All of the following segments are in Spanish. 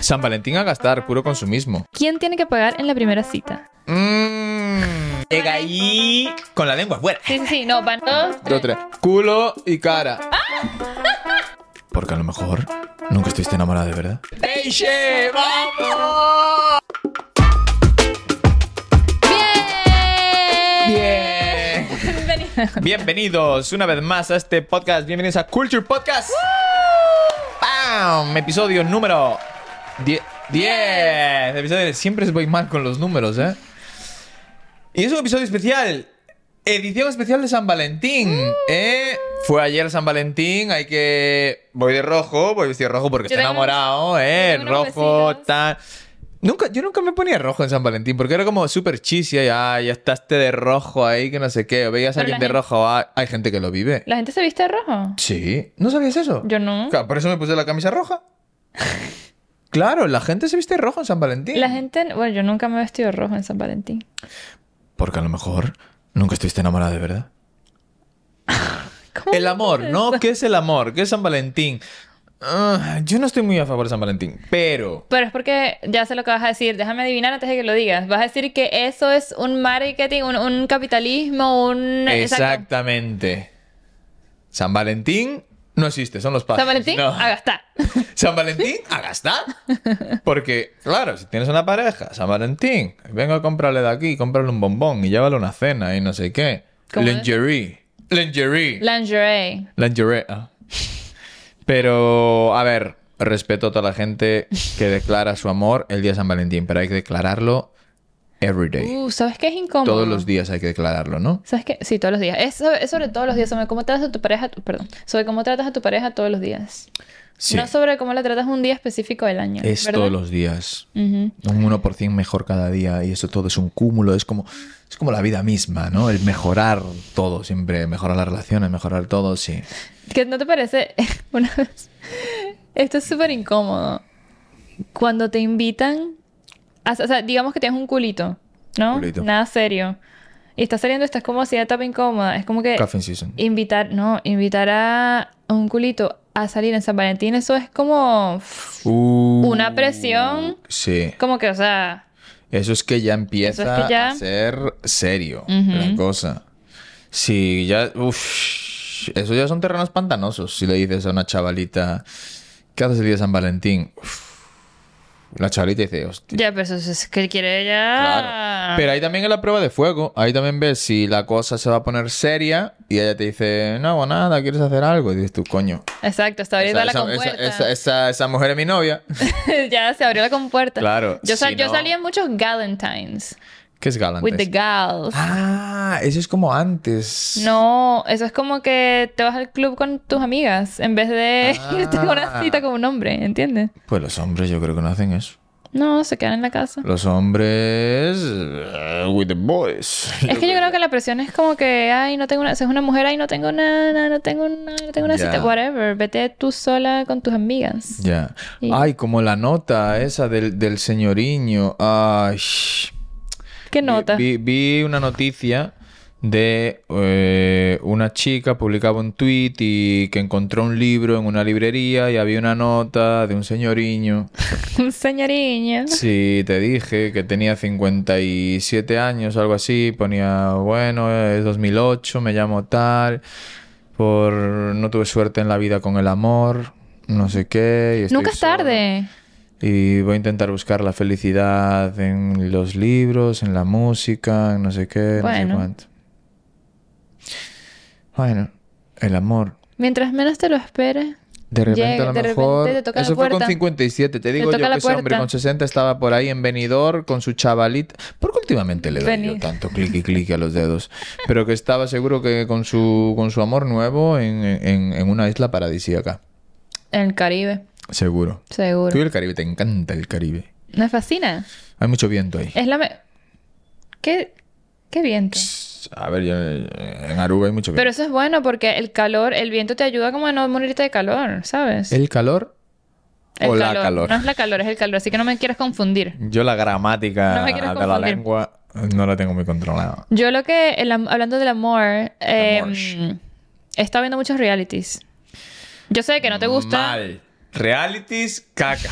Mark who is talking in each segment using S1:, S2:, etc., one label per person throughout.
S1: San Valentín a gastar, puro consumismo.
S2: ¿Quién tiene que pagar en la primera cita?
S1: Mm, llega ahí con la lengua fuera.
S2: Sí, sí, sí, no, van dos.
S1: Dos, tres. Culo y cara. Porque a lo mejor nunca estuviste enamorada de verdad. ¡Eiche, vamos!
S2: ¡Bien!
S1: Bien.
S2: Bienvenido.
S1: Bienvenidos una vez más a este podcast. Bienvenidos a Culture Podcast. ¡Pam! Episodio número 10. Siempre voy mal con los números, ¿eh? Y es un episodio especial. Edición especial de San Valentín. ¿eh? Fue ayer San Valentín, hay que... Voy de rojo, voy vestido de rojo porque
S2: Yo
S1: estoy
S2: tengo
S1: enamorado, ¿eh?
S2: tengo unos
S1: Rojo,
S2: vecinos.
S1: tal... Nunca, yo nunca me ponía rojo en San Valentín porque era como súper cheesy. Ya, ya estás de rojo ahí, que no sé qué. O veías a
S2: Pero
S1: alguien
S2: la
S1: de rojo. ah, hay gente que lo vive.
S2: ¿La gente se viste de rojo?
S1: Sí. ¿No sabías eso?
S2: Yo no.
S1: Claro, por eso me puse la camisa roja. claro, la gente se viste rojo en San Valentín.
S2: La gente, bueno, yo nunca me he vestido de rojo en San Valentín.
S1: Porque a lo mejor nunca estuviste enamorada de verdad.
S2: ¿Cómo
S1: El amor,
S2: dices
S1: ¿no?
S2: eso?
S1: ¿Qué es el amor? ¿Qué es San Valentín? Ah, yo no estoy muy a favor de San Valentín, pero...
S2: Pero es porque ya sé lo que vas a decir. Déjame adivinar antes de que lo digas. Vas a decir que eso es un marketing, un, un capitalismo, un. Exacto.
S1: Exactamente. San Valentín no existe, son los padres.
S2: San Valentín,
S1: No.
S2: a gastar.
S1: San Valentín a gastar. Porque, claro, si tienes una pareja, San Valentín, vengo a comprarle de aquí, comprarle un bombón y llévalo a una cena y no sé qué.
S2: ¿Cómo es?
S1: Lingerie. Lingerie.
S2: Lingerie.
S1: Lingerie. ah. Pero, a ver, respeto a toda la gente que declara su amor el día de San Valentín, pero hay que declararlo every day.
S2: Uh, ¿sabes qué es incómodo?
S1: Todos los días hay que declararlo, ¿no?
S2: ¿Sabes qué? Sí, todos los días. Es sobre, es sobre todos los días, sobre cómo tratas a tu pareja, perdón, sobre cómo tratas a tu pareja todos los días.
S1: Sí.
S2: No sobre cómo la tratas un día específico del año.
S1: Es
S2: ¿verdad?
S1: todos los días.
S2: Ujú.
S1: un 1% mejor cada día y eso todo es un cúmulo, es como, es como la vida misma, ¿no? El mejorar todo, siempre mejorar las relaciones, mejorar todo, sí.
S2: ¿Qué no te parece una vez? Esto es súper incómodo. Cuando te invitan, a- o sea, digamos que tienes un culito, ¿no?
S1: Culito.
S2: Nada serio. Y estás saliendo, estás como así de etapa incómoda. Es como que
S1: Caffeine season.
S2: invitar, no, invitar a un culito a salir en San Valentín, eso es como,
S1: Uh,
S2: una presión.
S1: Sí,
S2: como que, o sea,
S1: eso es que ya empieza
S2: Eso es que ya-
S1: a ser serio
S2: Ujú.
S1: la cosa. Sí, ya, uff, eso ya son terrenos pantanosos si le dices a una chavalita, ¿qué haces el día de San Valentín? Uf. La chavalita dice, hostia.
S2: ya, pero eso es que quiere ya. Ah.
S1: Claro. Pero ahí también es la prueba de fuego. Ahí también ves si la cosa se va a poner seria y ella te dice, no hago nada, ¿quieres hacer algo? Y dices tú, coño.
S2: Exacto, está
S1: Esa,
S2: abierta la
S1: esa-
S2: compuerta.
S1: esa- esa- esa- esa mujer es mi novia.
S2: ya se abrió la compuerta.
S1: Claro,
S2: Yo, sa-
S1: si
S2: yo
S1: no-
S2: salí en muchos Galentines.
S1: ¿Qué es
S2: With the
S1: galantes?
S2: gals.
S1: Ah, eso es como antes.
S2: No, eso es como que te vas al club con tus amigas en vez de
S1: Ah.
S2: irte a una cita con un hombre, ¿entiendes?
S1: Pues los hombres yo creo que no hacen eso.
S2: No, se quedan en la casa.
S1: Los hombres... eh, with the boys.
S2: Es que yo creo que la presión es como que, ay, no tengo una, si es una mujer, ay, no tengo nada, no tengo nada, no tengo una
S1: Ya.
S2: cita, whatever, vete tú sola con tus amigas.
S1: Ya.
S2: Y-
S1: Ay, como la nota esa del, del señoriño. Ay...
S2: ¿Qué
S1: Vi-
S2: nota?
S1: Vi, vi una noticia de eh, una chica publicaba un tweet y que encontró un libro en una librería y había una nota de un señoriño.
S2: Un señoriño.
S1: Sí, te dije que tenía 57 años o algo así. Ponía, bueno, es 2008, me llamo tal. Por no tuve suerte en la vida con el amor, no sé qué. y estoy
S2: Nunca es
S1: solo".
S2: tarde.
S1: Y voy a intentar buscar la felicidad en los libros, en la música, en no sé qué, no sé
S2: Bueno.
S1: cuánto. Bueno, el amor.
S2: Mientras menos te lo esperes.
S1: De repente
S2: Llega-
S1: a lo
S2: de repente
S1: mejor.
S2: te toca la
S1: Eso fue con
S2: puerta.
S1: 57. Te digo
S2: toca
S1: yo que
S2: la
S1: ese hombre
S2: puerta.
S1: con 60 estaba por ahí en Benidorm con su chavalita. ¿Por qué últimamente le doy yo
S2: Benidorm.
S1: tanto clic y clic a los dedos? Pero que estaba seguro que con su, con su amor nuevo en, en- en una isla paradisíaca.
S2: En el Caribe,
S1: Seguro.
S2: seguro.
S1: Tú y el Caribe, te encanta el Caribe.
S2: Me fascina.
S1: Hay mucho viento ahí.
S2: Es la me... ¿Qué? ¿Qué viento?
S1: A ver, yo, eh, en Aruba hay mucho
S2: Pero
S1: viento.
S2: eso es bueno porque el calor, el viento te ayuda como a no morirte de calor, ¿sabes?
S1: ¿El calor
S2: El
S1: o la calor?
S2: No es la calor, es el calor. Así que no me quieras confundir.
S1: Yo la gramática
S2: No me
S1: de
S2: quiero
S1: la
S2: confundir.
S1: lengua no la tengo muy controlada.
S2: Yo lo que, el am- hablando del amor, eh,
S1: amor.
S2: he estado viendo muchos realities. Yo sé que no te gusta.
S1: Mal. Realities, caca.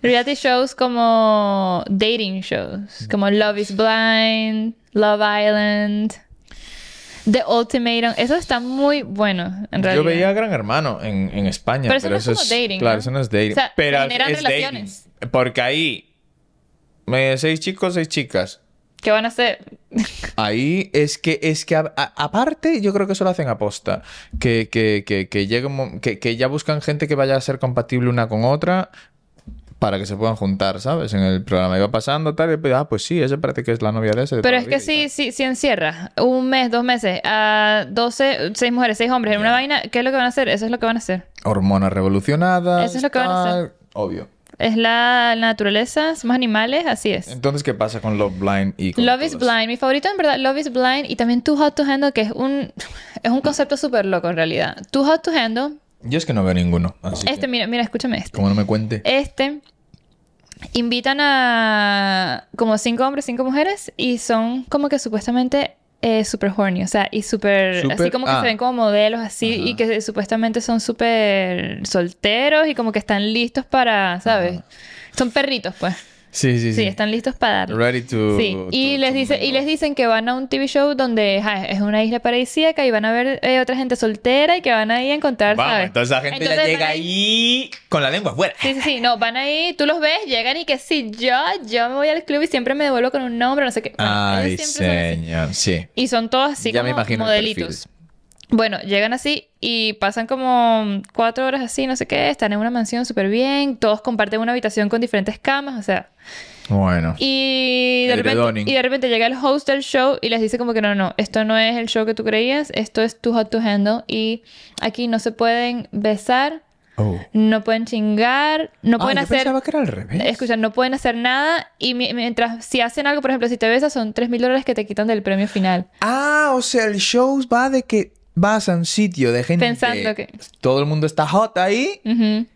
S2: Reality shows como dating shows, como Love is Blind, Love Island, The Ultimatum. Eso está muy bueno, en realidad.
S1: Yo veía a Gran Hermano en, en España.
S2: Pero eso no es como dating,
S1: Claro,
S2: ¿no?
S1: eso no es dating.
S2: O sea,
S1: pero
S2: se generan
S1: es dating,
S2: relaciones.
S1: porque ahí, eh, seis chicos, seis chicas.
S2: ¿Qué van a hacer?
S1: Ahí es que, es que a- a- aparte, yo creo que eso lo hacen aposta. Que, que, que, que, llegue un mom- que, que ya buscan gente que vaya a ser compatible una con otra para que se puedan juntar, ¿sabes? En el programa iba pasando tal y pues, ah, pues sí, ese parece que es la novia de ese. de
S2: Pero
S1: toda
S2: es
S1: la
S2: que
S1: vida y
S2: si, si, si encierras un mes, dos meses, a 12, seis mujeres, seis hombres en una vaina, ¿qué es lo que van a hacer? Eso es lo que van a hacer.
S1: tal. Hormonas revolucionadas.
S2: Eso es lo que van a
S1: tal,
S2: hacer.
S1: Obvio.
S2: Es la, la naturaleza, somos animales, así es.
S1: Entonces, ¿qué pasa con Love Blind y con
S2: Love is
S1: todas?
S2: Blind, mi favorito en verdad, Love is Blind y también Too Hot to Handle, que es un, es un concepto súper loco en realidad. Too Hot to Handle,
S1: Yo es que no veo ninguno. Así
S2: este,
S1: que,
S2: mira, mira, escúchame este.
S1: como no me cuente.
S2: Este, invitan a como cinco hombres, cinco mujeres y son como que supuestamente eh, super horny, o sea, y super, así
S1: Súper-
S2: como que
S1: ah.
S2: se ven como modelos así
S1: Ajá.
S2: y que supuestamente son súper solteros y como que están listos para, ¿sabes? Son perritos, pues.
S1: Sí, sí, sí.
S2: Sí, están listos para darle.
S1: Ready to.
S2: Sí, y
S1: to-
S2: les
S1: to
S2: dice, y
S1: mingle.
S2: les dicen que van a un TV show donde ja, es una isla paradisíaca y van a ver eh, otra gente soltera y que van ahí a encontrar,
S1: Vamos,
S2: ¿sabes?
S1: entonces la gente
S2: Entonces
S1: ya
S2: van
S1: llega
S2: ahí-
S1: ahí con la lengua afuera.
S2: Sí, sí, sí, no, van ahí, tú los ves, llegan y que si yo, yo me voy al club y siempre me devuelvo con un nombre, no sé qué. Bueno,
S1: Ay,
S2: ellos siempre son así.
S1: señor, sí.
S2: Y son todos así
S1: Ya me
S2: como
S1: imagino el
S2: modelitos. Bueno, llegan así y pasan como cuatro horas así, no sé qué, están en una mansión súper bien, todos comparten una habitación con diferentes camas, o sea,
S1: Bueno.
S2: Y de,
S1: El
S2: repente,
S1: Bedoning.
S2: y de repente llega el host del show y les dice como que no, no, esto no es el show que tú creías, esto es Too Hot to Handle y aquí no se pueden besar,
S1: Oh.
S2: no pueden chingar, no
S1: Ah,
S2: pueden
S1: yo
S2: hacer...
S1: pensaba que era al revés.
S2: Escucha, no pueden hacer nada y mi- mientras si hacen algo, por ejemplo, si te besas son tres mil dólares que te quitan del premio final.
S1: Ah, o sea, el show va de que vas a un sitio de gente.
S2: Pensando que-
S1: Todo el mundo está hot ahí,
S2: Ujú,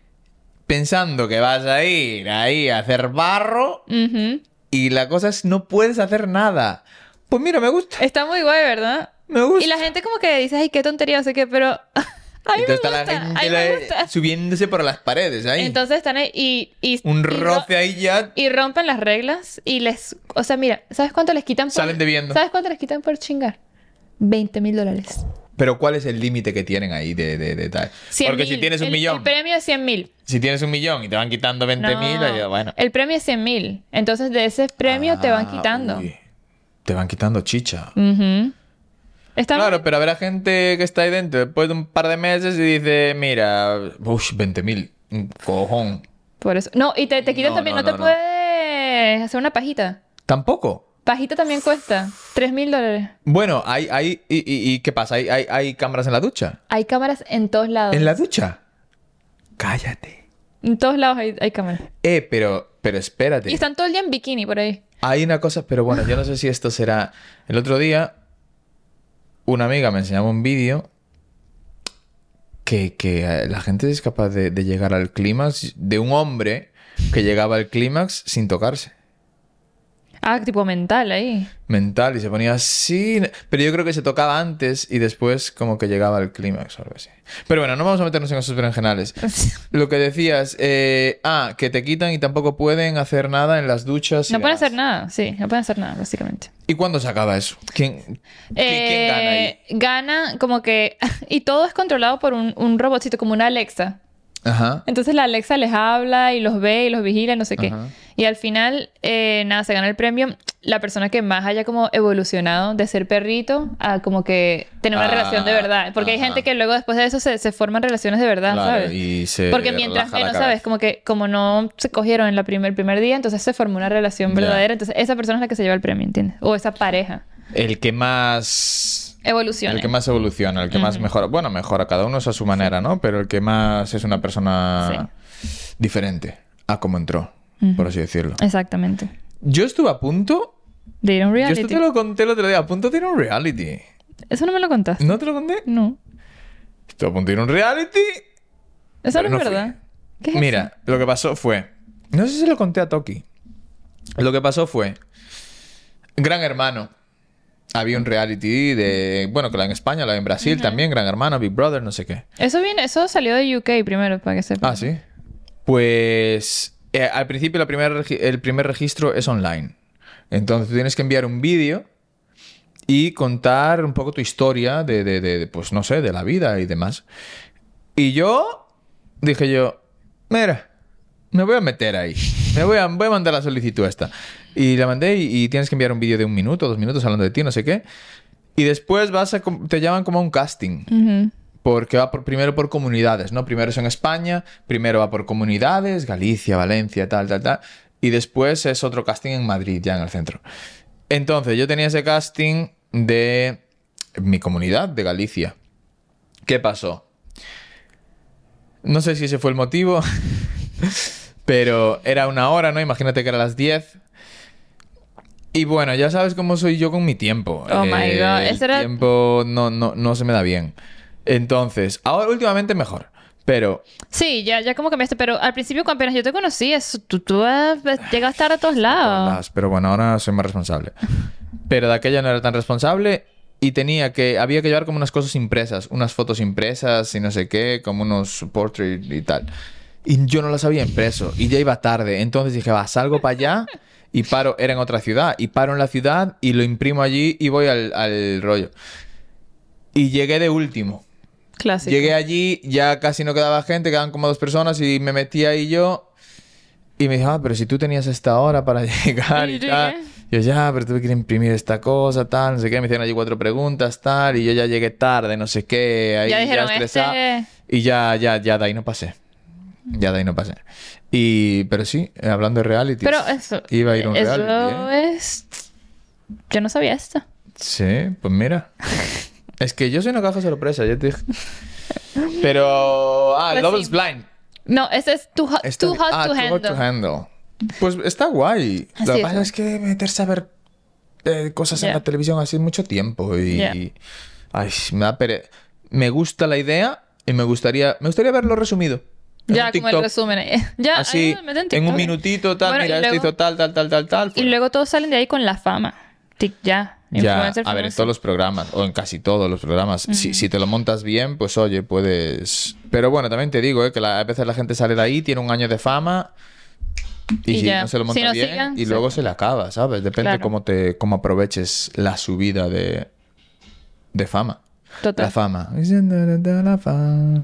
S1: pensando que vas a ir ahí a hacer barro.
S2: ujú.
S1: Y la cosa es, no puedes hacer nada. Pues mira, me gusta.
S2: Está muy guay, ¿verdad?
S1: Me gusta.
S2: Eh, Y la gente como que dice, ay, qué tontería, no sé qué, pero... Ay, me
S1: Entonces está la
S2: gusta,
S1: gente
S2: ay, me
S1: la-
S2: gusta.
S1: subiéndose por las paredes ahí.
S2: Entonces están ahí y... y-
S1: un
S2: y ro-
S1: roce ahí ya.
S2: Y rompen las reglas y les... O sea, mira, ¿sabes cuánto les quitan por...
S1: Salen debiendo.
S2: ¿Sabes cuánto les quitan por chingar? 20 mil dólares.
S1: Pero ¿cuál es el límite que tienen ahí de, de, de tal?
S2: 100.000.
S1: Porque si tienes un
S2: El-
S1: millón,
S2: El premio es 100 mil.
S1: si tienes un millón y te van quitando 20 mil, bueno.
S2: El premio es 100 mil. Entonces de ese premio te van
S1: Ah,
S2: quitando.
S1: uy. Te van quitando chicha.
S2: Ujú. Está
S1: Claro,
S2: bien.
S1: pero habrá gente que está ahí dentro después de un par de meses y dice, mira, uff, 20 mil, un cojón.
S2: Por eso. No, y te, te quitan
S1: No,
S2: también...
S1: no,
S2: No,
S1: no,
S2: te
S1: no.
S2: puedes hacer una pajita.
S1: Tampoco.
S2: Pajita también cuesta. 3 mil dólares.
S1: Bueno, hay, hay, y, y- y qué pasa? ¿Hay, hay, hay cámaras en la ducha?
S2: Hay cámaras en todos lados.
S1: ¿En
S2: En,
S1: la ducha? Cállate.
S2: todos lados hay, hay cámaras.
S1: Eh, pero, pero espérate.
S2: Y están todo el día en bikini por ahí.
S1: Hay una cosa, pero bueno, yo no sé si esto será. El otro día, una amiga me enseñaba un vídeo que, que, eh, la gente es capaz de, de llegar al clímax de un hombre que llegaba al clímax sin tocarse.
S2: Ah, tipo mental ahí.
S1: Mental, y se ponía así. Pero yo creo que se tocaba antes y después, como que llegaba al clímax o algo así. Pero bueno, no vamos a meternos en esos berenjenales. Lo que decías, eh, ah, que te quitan y tampoco pueden hacer nada en las duchas. y
S2: No pueden
S1: demás.
S2: hacer nada, sí, no pueden hacer nada, básicamente.
S1: ¿Y cuándo se acaba eso? ¿Quién, qui- quién gana ahí?
S2: Eh, gana como que... Y todo es controlado por un, un robotcito, como una Alexa.
S1: Ajá.
S2: Entonces la Alexa les habla y los ve y los vigila y no sé qué.
S1: Ajá.
S2: Y al final, eh, nada, se gana el premio la persona que más haya como evolucionado de ser perrito a como que tener una
S1: Ah,
S2: relación de verdad. Porque hay
S1: ajá.
S2: gente que luego después de eso se, se forman relaciones de verdad,
S1: Claro,
S2: ¿sabes?
S1: y se
S2: Porque mientras
S1: relaja la
S2: menos,
S1: cabeza.
S2: ¿sabes? Como que como no se cogieron en la primer, el primer día, entonces se formó una relación
S1: Ya.
S2: verdadera. Entonces esa persona es la que se lleva el premio, ¿entiendes? O esa pareja.
S1: El que más...
S2: Evoluciona.
S1: El que más evoluciona, el que más
S2: Ujú.
S1: mejora. Bueno, mejora, cada uno es a su manera, ¿no? Pero el que más es una persona diferente a como entró, por así decirlo.
S2: Eh. Exactamente.
S1: Yo estuve a punto...
S2: De ir a un
S1: Yo esto
S2: reality.
S1: te lo conté el otro día, a punto de ir a un reality.
S2: Eso no me lo contaste.
S1: ¿No te lo conté?
S2: No.
S1: Estuve a punto de ir a un reality
S2: Eso
S1: Pero
S2: no es
S1: no fui.
S2: verdad. ¿Qué es eso?
S1: Mira, lo que pasó fue. No sé si lo conté a Toki. Lo que pasó fue. Gran Hermano. Había un reality de. Bueno, que la en España, la en Brasil también, Gran Hermano, Big Brother, no sé qué.
S2: Eso viene, eso salió de UK primero, para que sepas.
S1: Ah, sí. Ah, Pues. Eh, al principio la primera regi- el primer registro es online. Entonces tú tienes que enviar un vídeo y contar un poco tu historia de, de- de- de, pues no sé, de la vida y demás. Y yo dije yo, mira, me voy a meter ahí. Me voy a, voy a mandar la solicitud esta. Y la mandé y, y tienes que enviar un vídeo de un minuto, dos minutos hablando de ti, no sé qué. Y después vas a, com- te llaman como a un casting.
S2: Ujú.
S1: Porque va por, primero por comunidades, ¿no? Primero es en España, primero va por comunidades, Galicia, Valencia, tal, tal, tal. Y después es otro casting en Madrid, ya en el centro. Entonces, yo tenía ese casting de mi comunidad, de Galicia. ¿Qué pasó? No sé si ese fue el motivo, pero era una hora, ¿no? Imagínate que era las 10. Y bueno, ya sabes cómo soy yo con mi tiempo. Eh,
S2: Oh, my God.
S1: El
S2: Eso era-
S1: tiempo no, no, no se me da bien. Entonces, ahora últimamente mejor. Pero
S2: Sí, ya, ya como cambiaste, pero al principio cuando apenas yo te conocí, eso, tú, tú eh, llegas tarde a todos lados.
S1: Las- Pero bueno, ahora soy más responsable. Pero de aquella no era tan responsable y tenía que, había que llevar como unas cosas impresas, unas fotos impresas y no sé qué, como unos portrait y tal. Y yo no las había impreso y ya iba tarde. Entonces dije, va, salgo para allá y paro, era en otra ciudad, y paro en la ciudad y lo imprimo allí y voy al, al rollo. Y llegué de último.
S2: Clásico.
S1: Llegué allí, ya casi no quedaba gente, quedaban como dos personas y me metí ahí yo. Y me dijo, ah, pero si tú tenías esta hora para llegar
S2: Y
S1: y
S2: llegué.
S1: tal. Yo, ya, pero tuve que ir a imprimir esta cosa, tal, no sé qué. Me hicieron allí cuatro preguntas, tal. Y yo ya llegué tarde, no sé qué. Ahí
S2: ya
S1: ya
S2: dijeron,
S1: estresado.
S2: este...
S1: Y ya, ya, ya de ahí no pasé. Ya de ahí no pasé. Y, pero sí, eh, hablando de reality.
S2: Pero eso...
S1: Iba a ir a un
S2: eso
S1: reality, ¿eh?
S2: es... Yo no sabía esto.
S1: Sí, pues mira. es que yo soy una caja sorpresa, yo te dije. Pero, ah,
S2: Pues
S1: Love
S2: sí.
S1: is Blind.
S2: No, ese es Too Hot,
S1: Está
S2: too
S1: bi-
S2: hot
S1: ah,
S2: to
S1: Too Hot
S2: Handle.
S1: to Handle. Pues está guay.
S2: Así
S1: Lo que
S2: es.
S1: pasa es que meterse a ver eh, cosas en
S2: Ya.
S1: la televisión así mucho tiempo y...
S2: Ya.
S1: Ay, me da pere- Me gusta la idea y me gustaría... Me gustaría verlo resumido. En
S2: Ya,
S1: un
S2: como el
S1: TikTok,
S2: resumen. eh. Ya,
S1: Así,
S2: ahí me meten
S1: en,
S2: TikTok.
S1: un minutito, tal,
S2: Bueno, y
S1: mira, esto
S2: luego-
S1: hizo tal, tal, tal, tal, pues tal.
S2: Y
S1: fuera.
S2: luego todos salen de ahí con la fama. Tic, ya.
S1: Ya,
S2: Influencer
S1: a ver, en
S2: famoso.
S1: todos los programas, o en casi todos los programas, si, si te lo montas bien, pues oye, puedes... Pero bueno, también te digo, ¿eh? que la- a veces la gente sale de ahí, tiene un año de fama, y,
S2: Y
S1: si
S2: ya.
S1: no se lo
S2: Si
S1: monta
S2: no
S1: bien,
S2: sigan,
S1: y
S2: se-
S1: luego se le acaba, ¿sabes? Depende
S2: Claro.
S1: cómo, te, cómo aproveches la subida de, de fama.
S2: Total.
S1: La fama. La fama.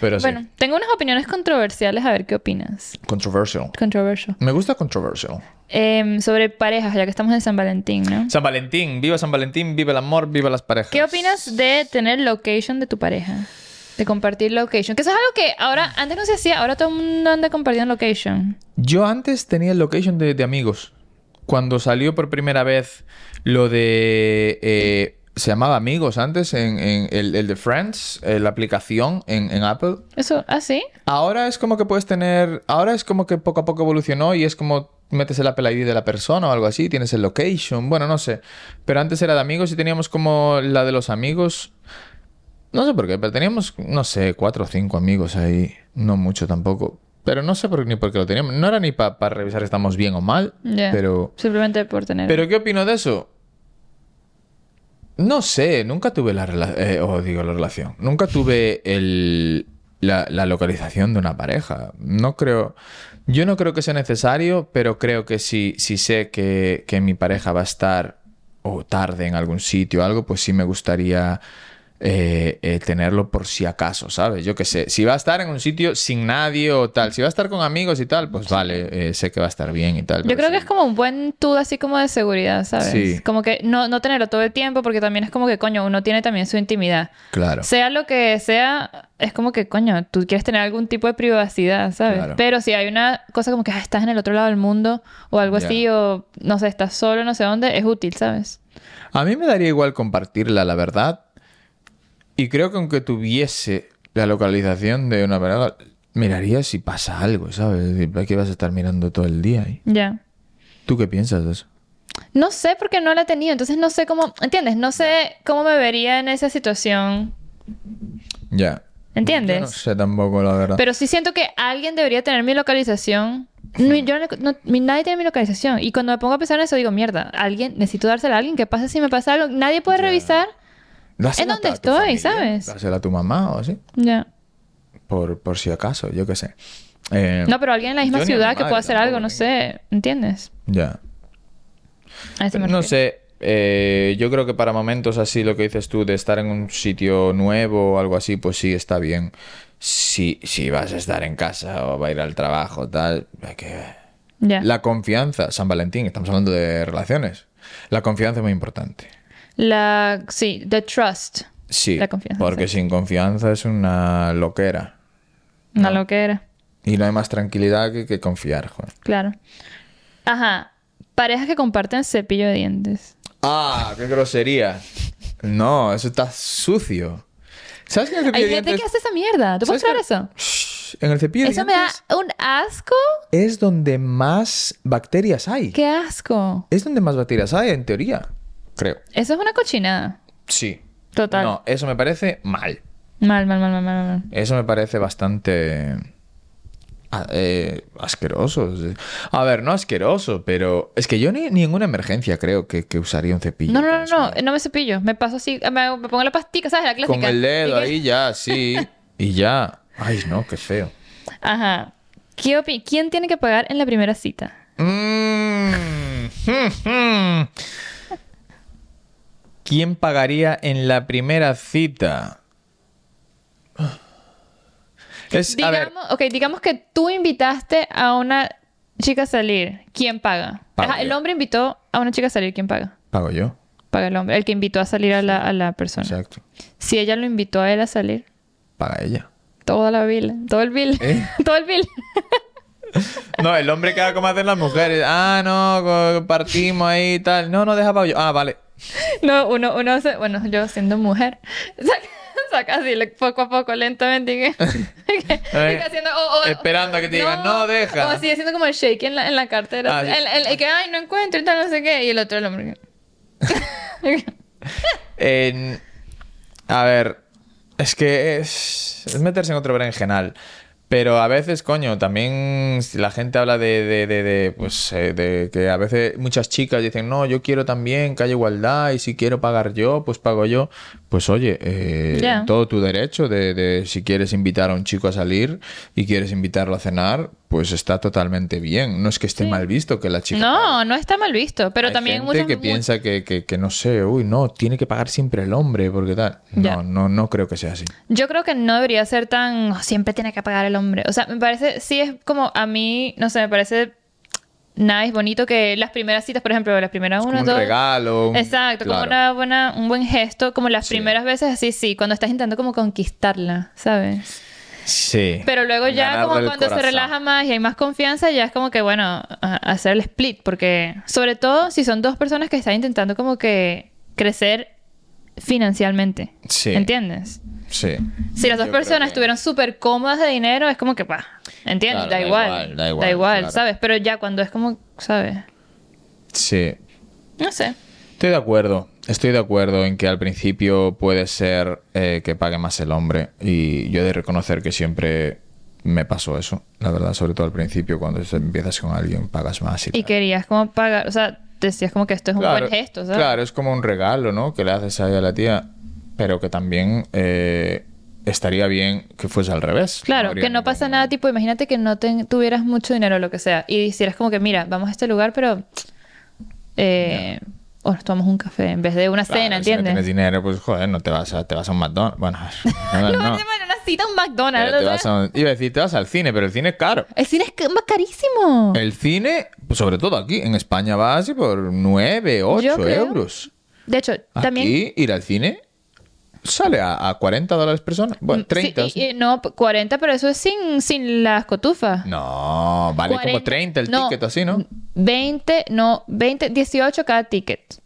S1: Pero sí,
S2: Bueno, tengo unas opiniones controversiales, a ver qué opinas.
S1: controversial.
S2: Controversial.
S1: Me gusta controversial.
S2: Em, sobre parejas, ya que estamos en San Valentín, ¿no?
S1: San Valentín, viva San Valentín, viva el amor, viva las parejas.
S2: ¿Qué opinas de tener location de tu pareja? De compartir location. Que eso es algo que ahora, antes no se hacía, ahora todo el mundo anda compartiendo location.
S1: Yo antes tenía el location de, de amigos. Cuando salió por primera vez lo de... eh, se llamaba Amigos antes, en, en el, el de Friends, eh, la aplicación en, en Apple.
S2: Eso, ¿ah, sí?
S1: Ahora es como que puedes tener... Ahora es como que poco a poco evolucionó y es como metes el Apple ID de la persona o algo así, tienes el location, bueno, no sé. Pero antes era de amigos y teníamos como la de los amigos. No sé por qué, pero teníamos, no sé, cuatro o cinco amigos ahí. No mucho tampoco. Pero no sé por, ni por qué lo teníamos. No era ni para revisar si estamos bien o mal,
S2: Ya.
S1: pero...
S2: Simplemente por tener.
S1: ¿Pero qué opino de eso? No sé, nunca tuve la relación, o digo la relación, nunca tuve el, la, la localización de una pareja. No creo, yo no creo que sea necesario, pero creo que si, si sé que, que mi pareja va a estar o tarde en algún sitio o algo, pues sí me gustaría eh, eh, tenerlo por si acaso, ¿sabes? Yo qué sé, si va a estar en un sitio sin nadie o tal, si va a estar con amigos y tal, pues vale, eh, sé que va a estar bien y tal.
S2: Yo
S1: pero
S2: creo que
S1: sí.
S2: es como un buen tú así como de seguridad, ¿sabes?
S1: Sí.
S2: Como que no, no tenerlo todo el tiempo porque también es como que, coño, uno tiene también su intimidad.
S1: Claro.
S2: Sea lo que sea, es como que, coño, tú quieres tener algún tipo de privacidad, ¿sabes?
S1: Claro.
S2: Pero si hay una cosa como que ah, estás en el otro lado del mundo o algo
S1: Ya.
S2: así o, no sé, estás solo, no sé dónde, es útil, ¿sabes?
S1: A mí me daría igual compartirla, la verdad. Y creo que aunque tuviese la localización de una parada, miraría si pasa algo, ¿sabes? Es decir, Que vas a estar mirando todo el día. ahí.
S2: Ya.
S1: ¿Tú qué piensas de eso?
S2: No sé porque no la he tenido, entonces no sé cómo, ¿entiendes? No sé cómo me vería en esa situación,
S1: Ya.
S2: ¿entiendes?
S1: Yo no sé tampoco, la verdad.
S2: Pero sí siento que alguien debería tener mi localización. No, yo no- no- mi- nadie tiene mi localización. Y cuando me pongo a pensar en eso, digo, mierda, alguien, necesito dársela a alguien. ¿Qué pasa si me pasa algo? Nadie puede revisar.
S1: Dásela
S2: ¿en dónde
S1: a tu
S2: estoy, sabes?
S1: Dásela a tu mamá o así.
S2: Ya.
S1: Por, por si acaso, yo qué sé. Eh,
S2: No, pero alguien en la misma
S1: Yo ni
S2: ciudad que
S1: animal
S2: pueda hacer algo,
S1: tampoco
S2: no
S1: tengo.
S2: sé, ¿entiendes?
S1: Ya.
S2: A eso me
S1: No
S2: refiero.
S1: sé, eh, yo creo que para momentos así, lo que dices tú, de estar en un sitio nuevo o algo así, pues sí, está bien. Si, si vas a estar en casa o va a ir al trabajo, tal, hay que...
S2: Ya. La...
S1: La confianza, San Valentín, estamos hablando de relaciones. La confianza es muy importante.
S2: sí, the trust.
S1: Sí,
S2: La confianza,
S1: porque sin confianza es una loquera.
S2: Una loquera.
S1: Y no hay más tranquilidad que, que confiar, joder.
S2: Claro. Ajá. Parejas que comparten cepillo de dientes.
S1: ¡Ah! ¡Qué grosería! No, eso está sucio. ¿Sabes que en el cepillo
S2: Hay
S1: de
S2: gente
S1: dientes-
S2: que hace esa mierda. ¿Tú puedes creer
S1: ¿Sabes
S2: eso?
S1: Shh, En el cepillo de
S2: Eso me da
S1: dientes
S2: un asco.
S1: es donde más bacterias hay.
S2: ¡Qué asco!
S1: Es donde más bacterias hay, en teoría. Creo.
S2: Eso es una cochinada.
S1: Sí.
S2: Total.
S1: No, eso me parece mal.
S2: Mal, mal, mal, mal, mal, mal.
S1: Eso me parece bastante a- eh, asqueroso. A ver, no asqueroso, pero es que yo ni, ni en una emergencia creo que, que usaría un cepillo.
S2: No, no, no,
S1: para
S2: no,
S1: eso.
S2: no me cepillo. Me paso así, me, hago- me pongo la pastica, ¿sabes? La clásica.
S1: Con el dedo
S2: Y que-
S1: ahí ya, sí. Y ya. Ay, no, qué feo.
S2: Ajá. ¿Qué opi- ¿Quién tiene que pagar en la primera cita?
S1: Mm. ¿Quién pagaría en la primera cita? Es, a ver,
S2: Digamos, ok, digamos que tú invitaste a una chica a salir. ¿Quién paga?
S1: Pago
S2: Ajá, el
S1: yo.
S2: hombre invitó a una chica a salir. ¿Quién paga?
S1: pago yo.
S2: Paga el hombre. El que invitó a salir a la, a la persona.
S1: Exacto.
S2: Si ella lo invitó a él a salir,
S1: Paga ella.
S2: toda la bill. Todo el bill.
S1: ¿Eh?
S2: todo el bill.
S1: No, el hombre queda como hacen las mujeres. Ah, no, co- partimos ahí y tal. No, no, deja para yo. Ah, vale.
S2: No, uno, uno hace, bueno, yo siendo mujer, saca, saca así le- poco a poco, lentamente, y que, y que- y que haciendo, o- o-
S1: Esperando a que te digan, "No, deja".
S2: O así haciendo como el shake en la, en la cartera,
S1: Ah,
S2: así,
S1: sí.
S2: el- el- y que, ay, no encuentro, y tal, no sé qué, y el otro, el hombre, que-
S1: En- a ver, es que es, es meterse en otro berenjenal. Pero a veces, coño, también si la gente habla de, de- de- de, pues, eh, de que a veces muchas chicas dicen, no, yo quiero también que haya igualdad y si quiero pagar yo, pues pago yo. Pues oye, eh,
S2: Ya.
S1: todo tu derecho de, de si quieres invitar a un chico a salir y quieres invitarlo a cenar, pues está totalmente bien. No es que esté mal visto que la chica...
S2: no, no está mal visto, pero
S1: Hay
S2: también
S1: gente
S2: muchas,
S1: que
S2: mu-
S1: piensa que, que- que no sé, uy, no, tiene que pagar siempre el hombre, porque tal. No,
S2: Ya.
S1: no, no creo que sea así.
S2: yo creo que no debería ser tan, "Oh, siempre tiene que pagar el hombre, o sea, me parece, sí es como, a mí, no sé, me parece... Nada, es bonito que las primeras citas, por ejemplo, las primeras
S1: Como
S2: una,
S1: un
S2: dos,
S1: regalo. un-
S2: Exacto, como
S1: claro.
S2: una buena, un buen gesto, como las
S1: Sí.
S2: primeras veces así, sí, cuando estás intentando como conquistarla, ¿sabes?
S1: Sí.
S2: Pero luego ya
S1: Ganarle
S2: como
S1: el
S2: cuando se
S1: corazón.
S2: relaja más y hay más confianza, ya es como que bueno, a- hacer el split, porque sobre todo si son dos personas que están intentando como que crecer financieramente,
S1: Sí.
S2: ¿entiendes?
S1: Sí.
S2: Si las dos
S1: Yo creo
S2: personas
S1: que-
S2: estuvieron súper cómodas de dinero, es como que, pa, ¿entiendes?
S1: Claro,
S2: da,
S1: da
S2: igual,
S1: igual, da igual, claro.
S2: ¿sabes? Pero ya cuando es como, ¿sabes?
S1: Sí.
S2: No sé.
S1: Estoy de acuerdo. Estoy de acuerdo en que al principio puede ser eh, que pague más el hombre. Y yo he de reconocer que siempre me pasó eso. La verdad, sobre todo al principio, cuando se- empiezas con alguien, pagas más. Y,
S2: Y
S1: tal.
S2: querías como pagar, o sea, decías como que esto es un buen gesto, ¿sabes?
S1: Claro, es como un regalo, ¿no? Que le haces ahí a la tía. Pero que también eh, estaría bien que fuese al revés.
S2: Claro,
S1: habría
S2: que no
S1: ningún-
S2: pasa nada, tipo, imagínate que no ten- tuvieras mucho dinero o lo que sea, y hicieras como que, mira, vamos a este lugar, pero... Eh, O nos tomamos un café en vez de una
S1: Claro,
S2: cena,
S1: Si no
S2: ¿entiendes?
S1: tienes dinero, pues joder, no te vas a, te vas a un McDonald's. Bueno, no,
S2: no,
S1: no.
S2: vale, vale, una cita a un
S1: Pero
S2: McDonald's.
S1: te
S2: o
S1: vas
S2: sea,
S1: a un- Iba a decir, te vas al cine, pero el cine es caro.
S2: El cine es ca- más carísimo.
S1: El cine, pues, sobre todo aquí, en España va así por 9, 8
S2: creo.
S1: euros.
S2: De hecho,
S1: Aquí
S2: también...
S1: ir al cine sale a, a 40 dólares persona. Bueno,
S2: mm, Sí,
S1: 30.
S2: y-
S1: sí.
S2: y no, 40, pero eso es sin, sin las cotufas.
S1: No, vale como
S2: 40.
S1: 30 el
S2: No,
S1: ticket o así, ¿no?
S2: 20, no, 20, 18 cada ticket.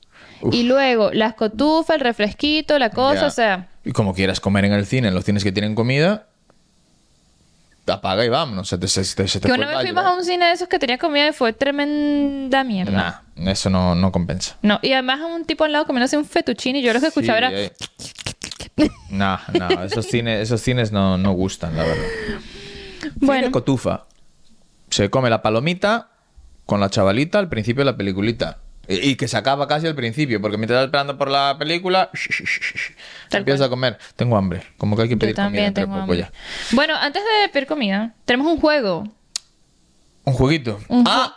S2: Y luego las cotufas, el refresquito, la cosa,
S1: Ya.
S2: o sea,
S1: Y como quieras comer en el cine, en los cines que tienen comida, apaga y vámonos. Se te, se, te- se te
S2: que
S1: fue
S2: una vez
S1: el
S2: fuimos a
S1: gallo,
S2: un cine de esos que tenía comida y fue tremenda
S1: ¿eh?
S2: mierda.
S1: Nah, eso no, no compensa.
S2: No, y además un tipo al lado comiéndose un fettuccine y yo lo que escuchaba era,
S1: eh. Nah, nah, esos cines, esos cines no, no gustan, la verdad. Cine
S2: bueno,
S1: cotufa. Se come la palomita con la chavalita al principio de la peliculita. Y, y que se acaba casi al principio, porque mientras estás esperando por la película,
S2: Tal
S1: empiezas a comer. Tengo hambre, como que hay que
S2: Yo
S1: pedir comida
S2: también
S1: entre
S2: tengo
S1: poco
S2: hambre.
S1: ya.
S2: Bueno, antes de pedir comida, tenemos un juego.
S1: Un jueguito.
S2: Un
S1: ¡Ah!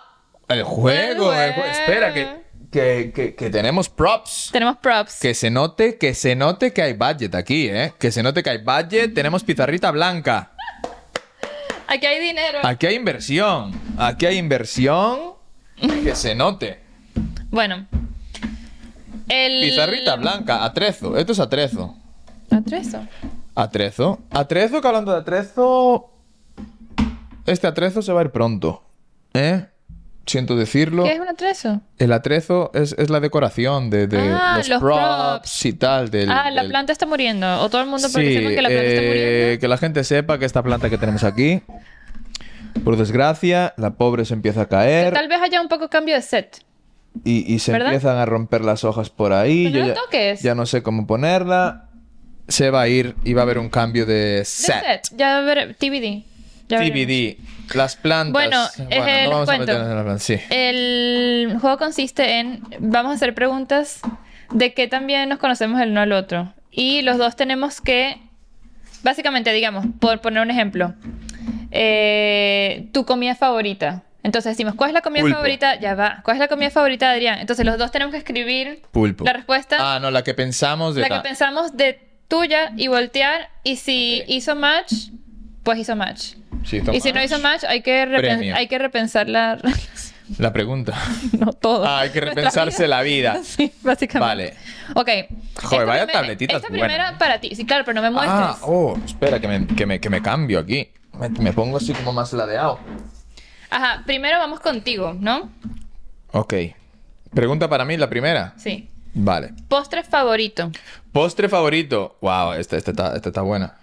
S1: El juego.
S2: El
S1: el jue- Espera, que,
S2: juego.
S1: que, que, que tenemos props.
S2: Tenemos props.
S1: Que se note, que se note que hay budget aquí, ¿eh? Que se note que hay budget. Tenemos pizarrita blanca.
S2: Aquí hay dinero.
S1: Aquí hay inversión. Aquí hay inversión. Que se note.
S2: Bueno. El...
S1: Pizarrita blanca, atrezo. Esto es atrezo.
S2: Atrezo.
S1: Atrezo. Atrezo, que hablando de atrezo. Este atrezo se va a ir pronto. ¿Eh? Siento decirlo.
S2: ¿Qué es un atrezo?
S1: El atrezo es, es la decoración de, de
S2: Ah,
S1: los,
S2: los
S1: props,
S2: props.
S1: y tal. Del,
S2: ah, la
S1: del-
S2: planta está muriendo. O todo el mundo para que
S1: Sí,
S2: sepan que la planta está
S1: eh,
S2: muriendo.
S1: que la gente sepa que esta planta que tenemos aquí, por desgracia, la pobre se empieza a caer
S2: Tal vez haya un poco cambio de set.
S1: y, y se
S2: ¿Verdad?
S1: empiezan a romper las hojas por ahí.
S2: Pero no
S1: ya,
S2: la toques.
S1: ya no sé cómo ponerla. Se va a ir y va a haber un cambio de
S2: De
S1: set.
S2: set. Ya veré. TBD. Ya veremos.
S1: TBD. Las plantas.
S2: Bueno, eh, les
S1: no vamos
S2: cuento.
S1: a meternos en las plantas. Sí.
S2: El juego consiste en. Vamos a hacer preguntas de qué también nos conocemos el uno al otro. Y los dos tenemos que. Básicamente, digamos, por poner un ejemplo, eh, tu comida favorita. Entonces decimos, ¿cuál es la comida
S1: Pulpo.
S2: favorita? Ya va. ¿Cuál es la comida favorita de Adrián? Entonces los dos tenemos que escribir
S1: Pulpo.
S2: la respuesta,
S1: Ah, no, la que pensamos de
S2: la que
S1: tal.
S2: pensamos de tuya y voltear. Y si hizo match, pues hizo match.
S1: Sí, toma.
S2: Y si no hizo match, hay que, repen-
S1: Premio.
S2: hay que repensar la...
S1: La pregunta.
S2: No todo.
S1: Ah, hay que
S2: Nuestra
S1: repensarse la vida.
S2: Sí, básicamente.
S1: Ah. Vale.
S2: Vale. Ok.
S1: Joder, vaya
S2: primer-
S1: tabletita
S2: Esta
S1: es buena.
S2: primera para ti. Sí, claro, pero no me muestres.
S1: Ah, oh, espera, que me, que me, que me cambio aquí. Me, me pongo así como más ladeado.
S2: Ajá, primero vamos contigo, ¿no?
S1: Ok. Pregunta para mí, la primera.
S2: Sí.
S1: Vale.
S2: Postre favorito.
S1: Postre favorito. Wow, esta, esta, está- esta está buena.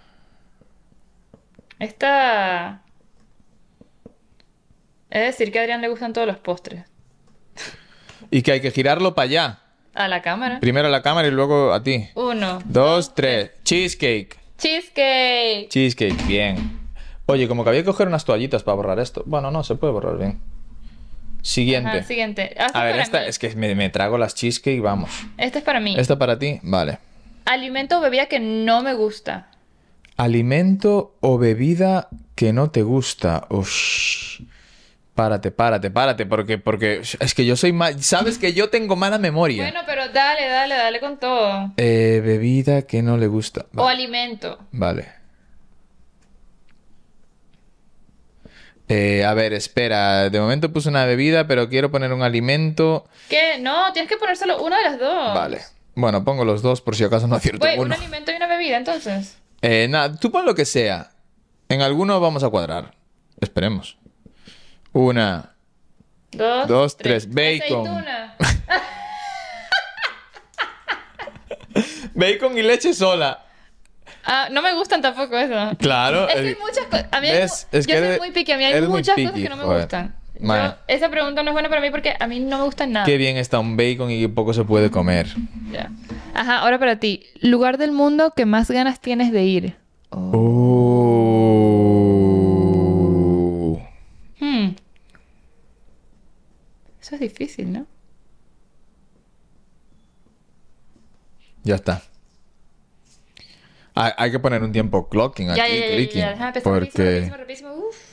S2: Esta. Es decir, que a Adrián le gustan todos los postres.
S1: Y que hay que girarlo para allá.
S2: A la cámara.
S1: Primero a la cámara y luego a ti.
S2: Uno.
S1: Dos, tres. Cheesecake.
S2: Cheesecake.
S1: Cheesecake, bien. Oye, como que había que coger unas toallitas para borrar esto. Bueno, no, se puede borrar bien. Siguiente.
S2: Ajá, siguiente. Ah, esta
S1: a
S2: es
S1: ver,
S2: para
S1: esta
S2: mí.
S1: es que me, me trago las cheesecake, vamos.
S2: Esta es para mí.
S1: ¿Esta para ti? Vale.
S2: Alimento o bebida que no me gusta.
S1: Alimento o bebida que no te gusta. Ush. Párate, párate, párate, porque, porque es que yo soy mal. Sabes que yo tengo mala memoria.
S2: Bueno, pero dale, dale, dale con todo.
S1: Eh, bebida que no le gusta. Va-
S2: O alimento.
S1: Vale. Eh, a ver, espera. De momento puse una bebida, pero quiero poner un alimento.
S2: ¿Qué? No, tienes que poner solo una de las dos.
S1: Vale. Bueno, pongo los dos por si acaso no acierto
S2: Güey, Pues, un
S1: uno.
S2: alimento y una bebida, entonces.
S1: Eh, nada, tú pon lo que sea. En alguno vamos a cuadrar. Esperemos. Una.
S2: Dos,
S1: Dos, tres. Bacon.
S2: Aceituna.
S1: Bacon y leche sola.
S2: Ah, no me gustan tampoco eso.
S1: Claro.
S2: Es que
S1: eh,
S2: hay muchas cosas. A mí hay
S1: ¿ves?
S2: mu-
S1: Es
S2: yo
S1: que
S2: soy
S1: eres-
S2: muy picky. A mí hay
S1: eres muy
S2: muchas cosas
S1: picky,
S2: que no me
S1: joder.
S2: gustan. Yo-
S1: Vale.
S2: esa pregunta no es buena para mí porque a mí no me gustan nada.
S1: Qué bien está un bacon y poco se puede comer.
S2: Ya. Ajá, ahora para ti. Lugar del mundo que más ganas tienes de ir.
S1: Oh.
S2: Hmm. Eso es difícil, ¿no?
S1: Ya está. Hay, hay que poner un tiempo clocking aquí,
S2: Ya, ya, ya, ya,
S1: clicking,
S2: ya. Déjame empezar
S1: porque...
S2: rapidísimo, rapidísimo, rapidísimo. Uf.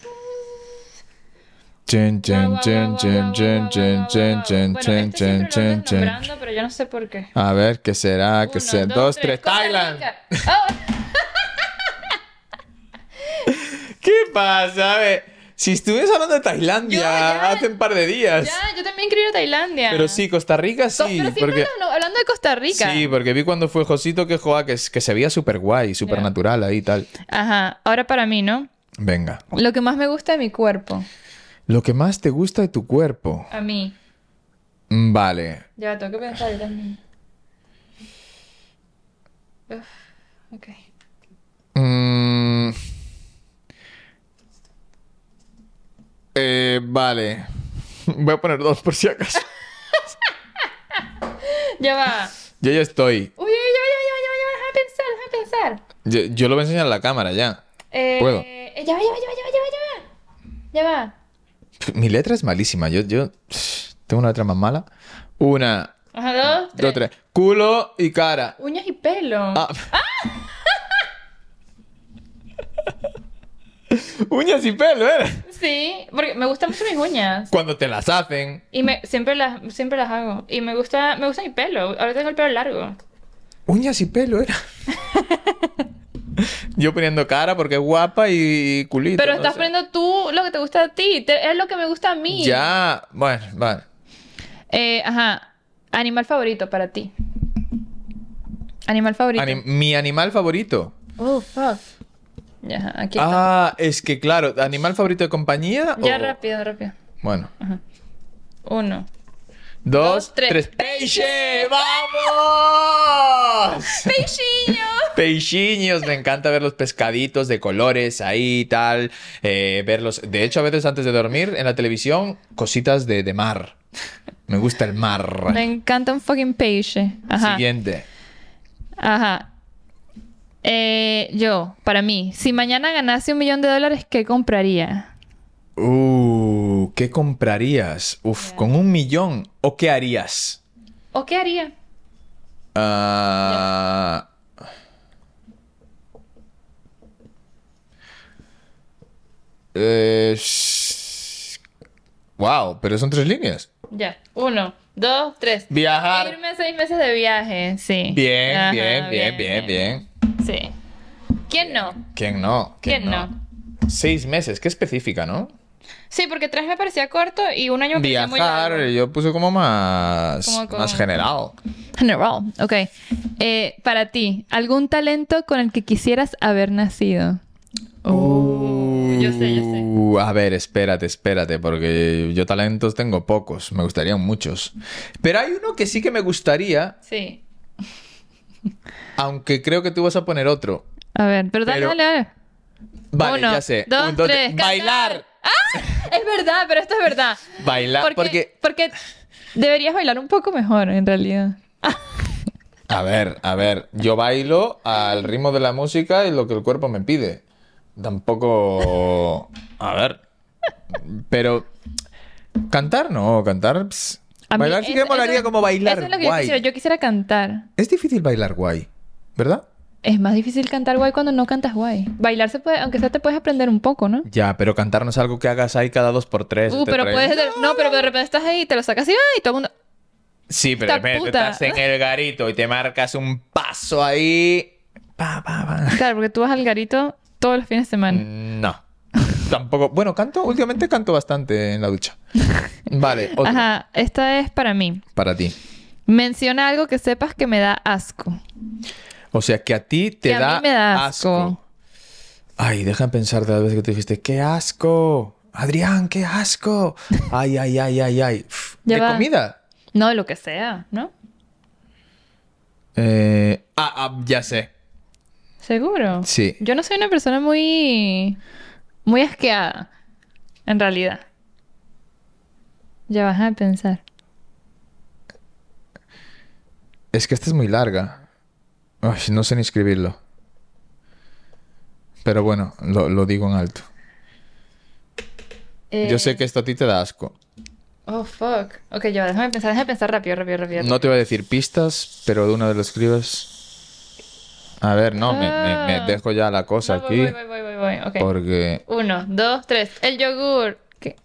S1: Chin, chin,
S2: Guau,
S1: chin,
S2: guau,
S1: chin,
S2: guau,
S1: chin,
S2: guau,
S1: chin,
S2: guau,
S1: chin,
S2: guau,
S1: chin,
S2: guau. Bueno,
S1: chin,
S2: este siempre
S1: chin,
S2: lo
S1: chin,
S2: andas
S1: chin.
S2: nombrando, pero yo no sé por qué.
S1: A ver, ¿qué será? ¿Qué
S2: Uno,
S1: será? Dos, tres.
S2: Costa
S1: ¡Thailand!
S2: Rica. Ah,
S1: ¿Qué pasa? A ver, si estuvimos hablando de Tailandia
S2: Yo ya-
S1: hace un par de días.
S2: ya, yo también quiero ir a Tailandia.
S1: Pero sí, Costa Rica
S2: Co-
S1: sí,
S2: pero siempre
S1: porque...
S2: hablando- hablando de Costa Rica.
S1: Sí, porque vi cuando fue Josito que jugaba que, s- que se veía súper guay, súper natural ahí y tal.
S2: Ajá, ahora para mí, ¿no?
S1: Venga.
S2: Lo que más me gusta de mi cuerpo.
S1: Lo que más te gusta de tu cuerpo.
S2: A mí.
S1: Mm, Vale.
S2: Ya, tengo que pensar yo también. Uf, ok.
S1: Mm. Eh, vale. Voy a poner dos por si acaso.
S2: Ya va.
S1: Yo ya estoy.
S2: Uy, uy, uy, uy, uy, uy, uy, déjame pensar, déjame pensar.
S1: Yo, yo lo voy a enseñar a la cámara ya.
S2: Eh,
S1: Puedo.
S2: eh, Ya va, ya va, ya va, ya va, ya va, ya va. Ya va.
S1: Mi letra es malísima. Yo, yo. Tengo una letra más mala. Una,
S2: Ajá, dos, tres.
S1: dos, tres. Culo y cara.
S2: Uñas y pelo.
S1: Ah. Uñas y pelo, ¿eh?
S2: Sí, porque me gustan mucho mis uñas.
S1: Cuando te las hacen.
S2: Y me, siempre, las, siempre las hago. Y me gusta, me gusta mi pelo. Ahora tengo el pelo largo.
S1: Uñas y pelo era. Yo poniendo cara porque es guapa y culito.
S2: Pero
S1: no
S2: estás
S1: sé.
S2: poniendo tú lo que te gusta a ti. Te- es lo que me gusta a mí.
S1: Ya, bueno, vale.
S2: Eh, ajá. Animal favorito para ti. Animal favorito.
S1: Ani- mi animal favorito.
S2: oh, fuck. Ya, ajá, aquí está.
S1: Ah, es que claro, animal favorito de compañía.
S2: ya,
S1: o-
S2: rápido, rápido.
S1: Bueno,
S2: Uno.
S1: dos,
S2: tres.
S1: tres. ¡Peixe! ¡Vamos!
S2: ¡Peixinho!
S1: Peixiños, me encanta ver los pescaditos de colores ahí y tal. eh, verlos. De hecho, a veces antes de dormir en la televisión, cositas de, de mar. Me gusta el mar.
S2: me encanta un fucking peixe. Ajá.
S1: Siguiente.
S2: Ajá. Eh, yo, para mí, si mañana ganase un millón de dólares, ¿qué compraría?
S1: Uh, ¿qué comprarías? Uf, con un millón. ¿O qué harías?
S2: ¿O qué haría?
S1: Ah, eh, s- wow, pero son tres líneas.
S2: Ya. Uno, dos, tres.
S1: Viajar.
S2: Irme seis meses de viaje, sí.
S1: Bien,
S2: Ajá,
S1: bien, bien, bien, bien,
S2: Sí. ¿Quién no?
S1: ¿Quién no?
S2: ¿Quién, no?
S1: Seis meses, qué específica, ¿no?
S2: Sí, porque tres me parecía corto y un año me parecía muy largo.
S1: Viajar, yo puse como más,
S2: Como con-
S1: más generado.
S2: General, ok. Eh, para ti, ¿algún talento con el que quisieras haber nacido? Oh, yo sé, yo sé.
S1: Uh, a ver, espérate, espérate, porque yo talentos tengo pocos, me gustarían muchos. Pero hay uno que sí que me gustaría,
S2: Sí.
S1: aunque creo que tú vas a poner otro.
S2: A ver, pero dale,
S1: Pero-
S2: dale, dale.
S1: Vale,
S2: Uno,
S1: ya sé.
S2: Dos,
S1: Un, dos,
S2: tres,
S1: tres.
S2: cantar.
S1: bailar.
S2: ¡Ah! Es verdad, pero esto es verdad.
S1: Bailar,
S2: porque... porque deberías bailar un poco mejor, en realidad.
S1: A ver, a ver, yo bailo al ritmo de la música y lo que el cuerpo me pide. Tampoco... A ver. Pero... Cantar no, cantar... ps.
S2: A mí
S1: Bailar sí
S2: es-
S1: que molaría
S2: eso-
S1: como bailar
S2: Eso es lo que yo
S1: guay.
S2: quisiera. Yo quisiera cantar.
S1: Es difícil bailar guay, ¿verdad?
S2: Es más difícil cantar guay cuando no cantas guay. Bailar se puede, aunque sea te puedes aprender un poco, ¿no?
S1: Ya, pero cantar no es algo que hagas ahí cada dos por tres.
S2: Uh,
S1: te
S2: pero
S1: traes-
S2: puedes... No, pero de repente estás ahí y te lo sacas y, ¡ay! y todo el mundo...
S1: Sí, pero de
S2: ¡Esta
S1: repente
S2: puta!
S1: estás en el garito y te marcas un paso ahí. Pa, pa, pa.
S2: Claro, porque tú vas al garito todos los fines de
S1: Mm,
S2: semana.
S1: No. Tampoco. Bueno, canto, últimamente canto bastante en la ducha. Vale, otro
S2: Ajá, esta es para mí.
S1: para ti.
S2: Menciona algo que sepas que me da asco.
S1: O sea, que a ti te
S2: Que a mí
S1: da,
S2: me da asco.
S1: Ay, deja de pensar de la vez que tú dijiste, ¡qué asco! Adrián, qué asco. Ay, ay, ay, ay, ay. Uf,
S2: Ya
S1: ¿De
S2: va.
S1: comida?
S2: No, lo que sea, ¿no?
S1: Eh, ah, ah, ya sé.
S2: Seguro.
S1: Sí.
S2: Yo no soy una persona muy... Muy asqueada. En realidad. Ya vas a pensar.
S1: Es que esta es muy larga. Ay, no sé ni escribirlo. Pero bueno, lo, lo digo en alto. Yo sé
S2: Eh,
S1: que esto a ti te da asco.
S2: Oh, fuck. Ok, ya va, déjame pensar, déjame pensar rápido, rápido, rápido.
S1: No te voy a decir pistas, pero de una de las escribas. A ver, no, me, me-
S2: Ah.
S1: me dejo ya la cosa
S2: No, voy,
S1: aquí.
S2: Voy, voy, voy, voy, voy. Ok.
S1: Porque
S2: Uno, dos, tres. El yogur. ¿Qué?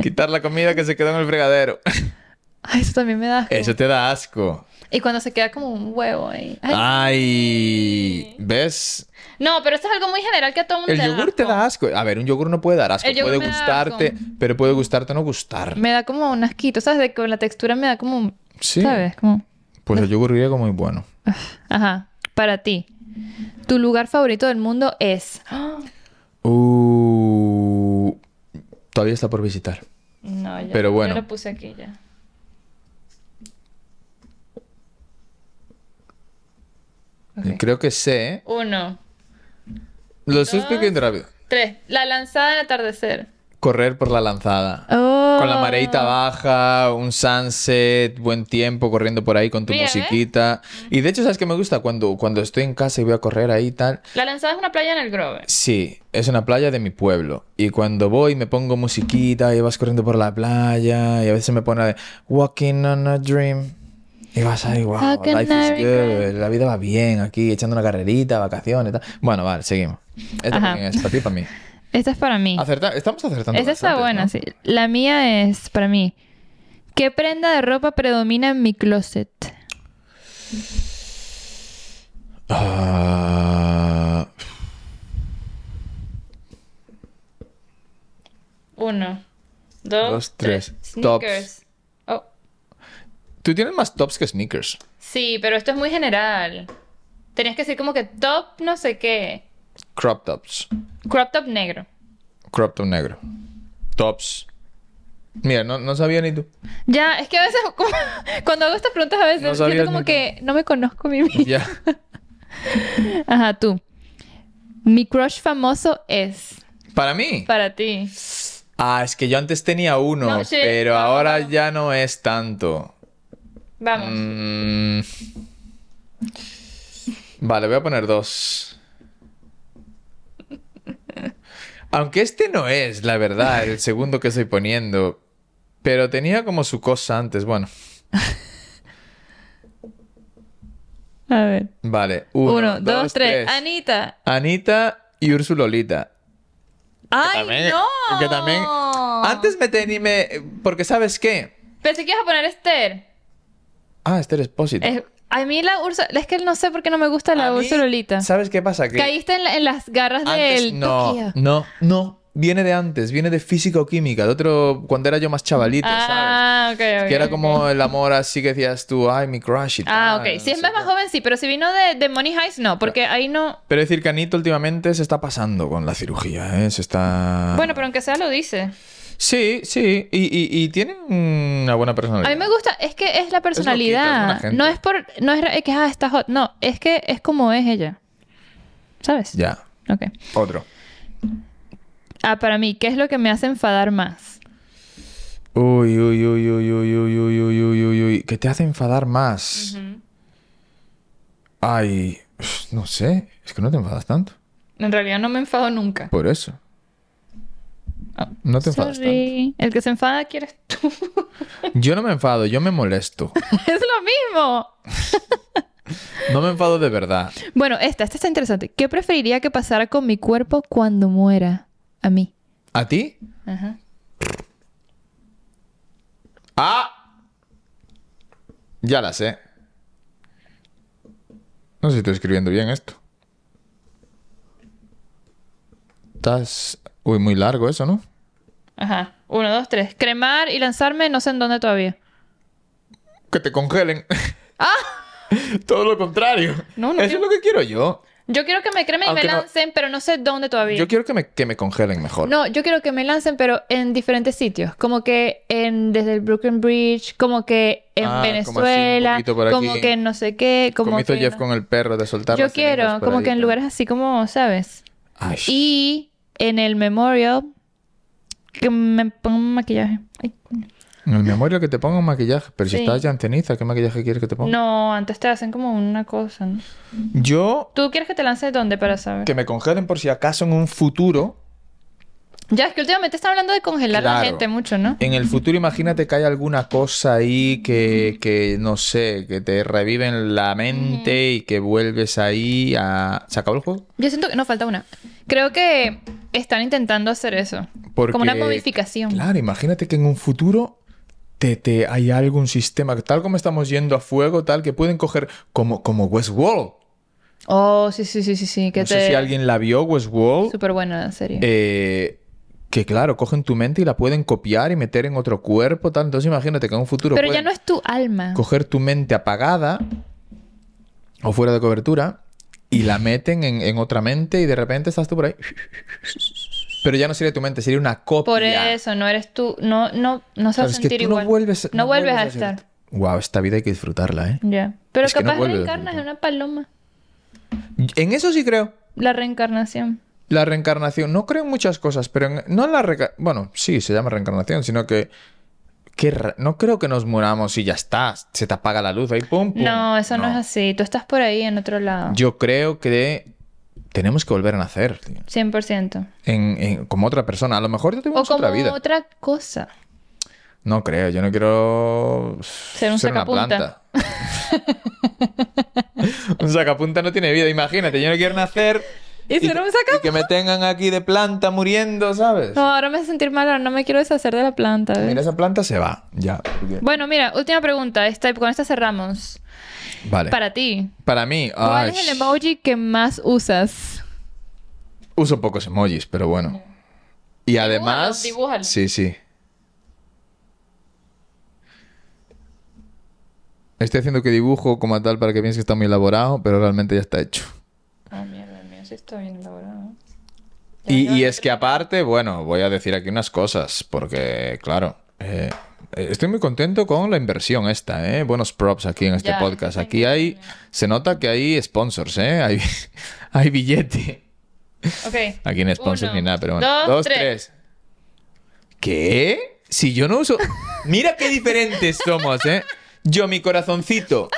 S1: quitar la comida que se quedó en el fregadero.
S2: Ay, eso también me da asco.
S1: Eso te da asco.
S2: Y cuando se queda como un huevo ahí. Ay.
S1: Ah. Ay, ¿ves?
S2: No, pero esto es algo muy general que a todo mundo
S1: El
S2: te da
S1: yogur te
S2: asco.
S1: da asco. A ver, un yogur no puede dar asco.
S2: El yogur
S1: Puede
S2: me da
S1: gustarte,
S2: asco.
S1: pero puede gustarte o no gustar.
S2: Me da como un asquito, ¿sabes? De que la textura me da como... un-
S1: Sí.
S2: ¿Sabes? Como...
S1: Pues el yogur griego muy bueno.
S2: Ajá. Para ti. Tu lugar favorito del mundo es... ¡Ah!
S1: Uh, todavía está por visitar.
S2: No, ya.
S1: Pero bueno.
S2: Yo lo puse aquí ya. Ok.
S1: Creo que sé.
S2: Uno, Ah.
S1: Lo estoy explicando rápido.
S2: tres. La lanzada del atardecer.
S1: correr por la lanzada.
S2: Oh.
S1: Con la mareita baja, un sunset, buen tiempo corriendo por ahí con tu
S2: Bien, ¿eh?
S1: musiquita. Y de hecho, ¿sabes qué me gusta? Cuando, cuando estoy en casa y voy a correr ahí y tal.
S2: La lanzada es una playa en el Grove.
S1: Sí, es una playa de mi pueblo. Y cuando voy me pongo musiquita y vas corriendo por la playa y a veces me pone la de Walking on a Dream. Y vas ahí, wow,
S2: How can
S1: life is
S2: I regret?
S1: good, la vida va bien aquí, echando una carrerita, vacaciones y tal. Bueno, vale, seguimos. Esta
S2: Ajá.
S1: también es para ti y para mí.
S2: Esta es para mí.
S1: Acerta- estamos acertando.
S2: Esa está
S1: bastante,
S2: buena,
S1: ¿no?
S2: sí. La mía es para mí. ¿Qué prenda de ropa predomina en mi closet?
S1: Ah,
S2: Uno,
S1: Dos, tres. Tops.
S2: Sneakers. Oh,
S1: Tú tienes más tops que sneakers.
S2: Sí, pero esto es muy general. Tenías que decir como que top no sé qué.
S1: Crop tops.
S2: Crop top negro.
S1: Crop top negro. Tops. Mira, no, no sabía ni tú.
S2: Ya, es que a veces como- cuando hago estas preguntas a veces
S1: No
S2: siento
S1: sabías
S2: como
S1: ni
S2: que no me conozco a mí misma.
S1: Ya.
S2: Ajá, tú. Mi crush famoso es
S1: Para mí.
S2: para ti.
S1: Ah, es que yo antes tenía uno,
S2: No, sí,
S1: pero
S2: no,
S1: ahora
S2: no.
S1: ya no es tanto.
S2: Vamos.
S1: Mm. Vale, voy a poner dos. Aunque este no es, la verdad, el segundo que estoy poniendo. Pero tenía como su cosa antes, bueno.
S2: A ver.
S1: Vale, Mm. uno,
S2: Uno, dos, tres. Anita.
S1: Anita y Ursulolita.
S2: ¡Ay,
S1: también-
S2: no!
S1: que también-
S2: Oh.
S1: Antes me tenía... Porque ¿sabes qué?
S2: Pensé que ibas a poner Esther.
S1: Ah, este eres Pósito.
S2: Es- a mí la Ursa... Es que no sé por qué no me gusta
S1: A
S2: la
S1: mí,
S2: Ursa Lolita.
S1: ¿Sabes qué pasa? Que
S2: Caíste en, la- en las garras del
S1: no,
S2: Tokio.
S1: no, no. Viene de antes, viene de física o química, de otro, cuando era yo más chavalito, ¿sabes?
S2: Ah, ok, ok.
S1: Que era
S2: ok.
S1: como el amor así que decías tú, ay, mi crush y
S2: Ah,
S1: tal,
S2: ok. Si
S1: no
S2: es
S1: sé
S2: más,
S1: qué.
S2: más joven, sí, pero si vino de, de Money Heist, no, porque ahí no.
S1: Pero es decir que Anito últimamente se está pasando con la cirugía, ¿eh? Se está...
S2: Bueno, pero aunque sea lo dice.
S1: Sí, sí, y, y- y tiene una buena
S2: A
S1: personalidad.
S2: mí me gusta, es que es la personalidad.
S1: buena gente.
S2: no es por. No es que ah, está hot. No, es que es como es ella. ¿Sabes?
S1: Ya,
S2: Ok.
S1: otro.
S2: Ah, para mí, ¿qué es lo que me hace enfadar más?
S1: Uy, uy, uy, uy, uy, uy, uy, uy, uy, uy, uy. ¿Qué te hace enfadar más? Ay, no sé, es que no te enfadas tanto.
S2: En realidad no me enfado nunca.
S1: Por eso. Ah, No te enfadas tanto.
S2: Sorry. El que se enfada quieres tú.
S1: Yo no me enfado, yo me molesto.
S2: es lo mismo.
S1: No me enfado de verdad.
S2: Bueno, esta, esta está interesante. ¿Qué preferiría que pasara con mi cuerpo cuando muera? A mí.
S1: ¿A ti?
S2: Ajá.
S1: ¡Ah! Ya la sé. No sé si estoy escribiendo bien esto. Estás... Uy, muy largo eso, ¿no?
S2: Ajá. Uno, dos, tres. Cremar y lanzarme, no sé en dónde todavía.
S1: Que te congelen. Todo lo contrario.
S2: Ah. No, no
S1: eso
S2: quiero-
S1: es lo que quiero yo.
S2: Yo quiero que me cremen
S1: Aunque
S2: y me
S1: no-
S2: lancen, pero no sé dónde todavía.
S1: Yo quiero que me, que me congelen mejor.
S2: No, yo quiero que me lancen, pero en diferentes sitios. Como que en, desde el Brooklyn Bridge, como que en
S1: Ah, como así, un
S2: Venezuela,
S1: poquito por
S2: como
S1: aquí.
S2: que en no sé qué, como
S1: como hizo
S2: que
S1: Jeff
S2: no-
S1: con el perro de soltar
S2: Yo
S1: las cenizas
S2: quiero,
S1: por
S2: como
S1: ahí,
S2: que en
S1: ¿no?
S2: lugares así como, ¿sabes?
S1: Ay,
S2: Y en el Memorial, que me pongan maquillaje. Ay.
S1: En el memorial que te ponga un maquillaje, pero si
S2: Sí.
S1: estás ya en ceniza, ¿qué maquillaje quieres que te ponga?
S2: No, antes te hacen como una cosa, ¿no?
S1: Yo,
S2: ¿Tú quieres que te lances dónde para saber?
S1: que me congelen por si acaso en un futuro,
S2: Ya, es que últimamente están hablando de congelar a la
S1: Claro.
S2: gente mucho, ¿no?
S1: en el futuro imagínate que hay alguna cosa ahí que, que, no sé, que te revive en la mente y que vuelves ahí a... ¿Se acabó el juego?
S2: Yo siento que no falta una. Creo que están intentando hacer eso.
S1: Porque-
S2: Como una modificación.
S1: Claro, imagínate que en un futuro te, te- hay algún sistema, tal como estamos yendo a fuego, tal, que pueden coger como, como Westworld.
S2: Oh, sí, sí, sí, sí, sí. Que
S1: No
S2: te...
S1: sé si alguien la vio, Westworld.
S2: Súper buena la serie.
S1: Eh, que claro, cogen tu mente y la pueden copiar y meter en otro cuerpo, tal. Entonces imagínate que en un futuro
S2: Pero ya
S1: pueden
S2: no es tu alma.
S1: coger tu mente apagada o fuera de cobertura y la meten en, en otra mente y de repente estás tú por ahí. Pero ya no sería tu mente, sería una copia.
S2: Por eso, no eres tú. No, no, no se va
S1: Claro,
S2: a
S1: es que
S2: sentir
S1: tú
S2: igual.
S1: no vuelves,
S2: No vuelves a
S1: ser-
S2: estar.
S1: Guau, esta vida hay que disfrutarla, ¿eh?
S2: Ya. Pero
S1: Es que no
S2: capaz
S1: vuelves a ser
S2: reencarnas
S1: tú.
S2: en una paloma.
S1: En eso sí creo.
S2: La reencarnación.
S1: la reencarnación. No creo en muchas cosas, pero en- no en la reca- Bueno, sí, se llama reencarnación, sino que. qué ra- no creo que nos muramos y ya está. Se te apaga la luz ahí, pum, pum.
S2: No, eso no. es así. Tú estás por ahí en otro lado.
S1: Yo creo que tenemos que volver a nacer, tío.
S2: 100%.
S1: En, en- como otra persona. A lo mejor ya
S2: O
S1: tuvimos
S2: como
S1: otra vida.
S2: otra cosa.
S1: No creo, yo no quiero
S2: un
S1: una
S2: sacapunta.
S1: planta. un sacapunta no tiene vida, imagínate. Yo no quiero nacer
S2: Y ser un sacapunta.
S1: y que me tengan aquí de planta muriendo, ¿sabes?
S2: No, ahora me hace sentir mal, ahora no me quiero deshacer de la planta. ¿ves?
S1: Mira, esa planta se va, ya. porque-
S2: Bueno, mira, última pregunta. Esta, con esta cerramos.
S1: Vale. Para,
S2: Para ti,
S1: mí,
S2: ¿cuál
S1: ay,
S2: es el emoji que más usas?
S1: uso pocos emojis, pero bueno. Y además...
S2: dibújalos.
S1: Sí, sí. Estoy haciendo que dibujo como tal para que pienses que está muy elaborado, pero realmente ya está hecho.
S2: Ah, mierda, el mío sí está bien elaborado.
S1: Y, y es que aparte, bueno, voy a decir aquí unas cosas, porque claro, eh, estoy muy contento con la inversión esta, ¿eh? Buenos props aquí en este
S2: Ya,
S1: podcast.
S2: está
S1: Aquí hay, se nota que hay sponsors, ¿eh? Hay, hay billete.
S2: Ok.
S1: Aquí no sponsors
S2: Uno,
S1: ni nada, pero bueno.
S2: dos, tres.
S1: ¿Qué? Si yo no uso... Mira qué diferentes somos, ¿eh? Yo, mi corazoncito.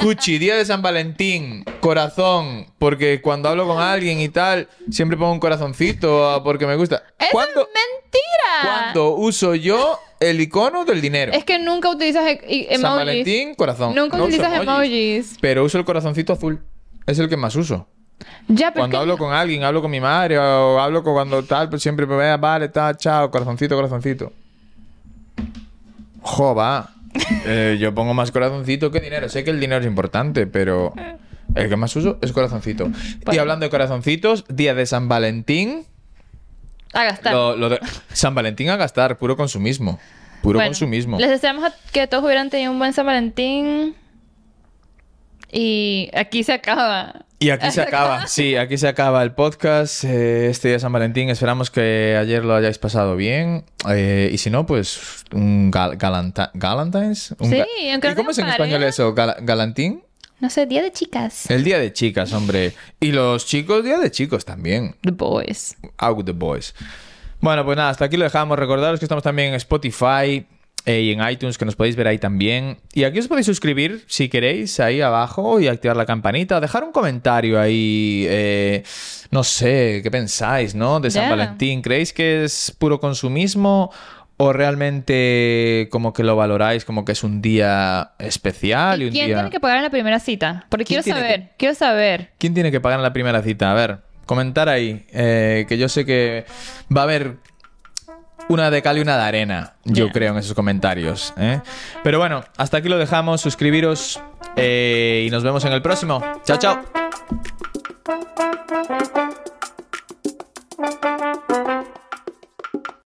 S1: Cuchi, día de San Valentín, corazón, porque cuando hablo con alguien y tal, siempre pongo un corazoncito ah, porque me gusta.
S2: ¡Eso
S1: ¿Cuándo,
S2: es mentira!
S1: cuándo uso yo el icono del dinero?
S2: Es que nunca utilizas e- e- emojis.
S1: San Valentín, corazón.
S2: Nunca
S1: No uso
S2: utilizas emojis.
S1: Pero uso el corazoncito azul. Es el que más uso.
S2: Ya, pues, pero
S1: Cuando
S2: es que-
S1: hablo con alguien, hablo con mi madre o hablo con cuando tal, pues siempre me vea, vale, tal, chao, corazoncito, corazoncito. Jo, va. Eh, yo pongo más corazoncito que dinero. Sé que el dinero es importante, pero el que más uso es corazoncito. Y
S2: Bueno.
S1: hablando de corazoncitos, día de San Valentín.
S2: A gastar.
S1: Lo, lo de- San Valentín a gastar, puro consumismo. Puro
S2: Bueno,
S1: consumismo.
S2: Les deseamos a- que todos hubieran tenido un buen San Valentín. Y aquí se acaba.
S1: Y aquí se acaba, sí, aquí se acaba el podcast. eh, este día de San Valentín, esperamos que ayer lo hayáis pasado bien. eh, y si no, pues un gal- galanta- Galantines. un
S2: Sí,
S1: ga-
S2: aunque no
S1: ¿Y cómo es en
S2: tengan
S1: español
S2: pareja.
S1: eso? Gala- ¿Galantín?
S2: No sé, día de chicas.
S1: El día de chicas, hombre. Y los chicos, día de chicos también.
S2: The Boys.
S1: Out the Boys. Bueno, pues nada, hasta aquí lo dejamos. Recordaros que estamos también en Spotify eh, y en iTunes, que nos podéis ver ahí también. Y aquí os podéis suscribir si queréis, ahí abajo, y activar la campanita. Dejar un comentario ahí, eh, no sé, qué pensáis, ¿no? De San
S2: Ya.
S1: Valentín. ¿Creéis que es puro consumismo? ¿O realmente como que lo valoráis como que es un día especial y
S2: ¿Y
S1: un
S2: ¿Quién
S1: día...
S2: tiene que pagar en la primera cita? Porque
S1: ¿Quién
S2: quiero
S1: tiene
S2: saber, quiero saber.
S1: ¿Quién tiene que pagar en la primera cita? A ver, comentar ahí. eh, que yo sé que va a haber una de cal y una de arena, yo
S2: Ya.
S1: creo, en esos comentarios. ¿eh? Pero bueno, hasta aquí lo dejamos. Suscribiros eh, y nos vemos en el próximo. Chao, chao.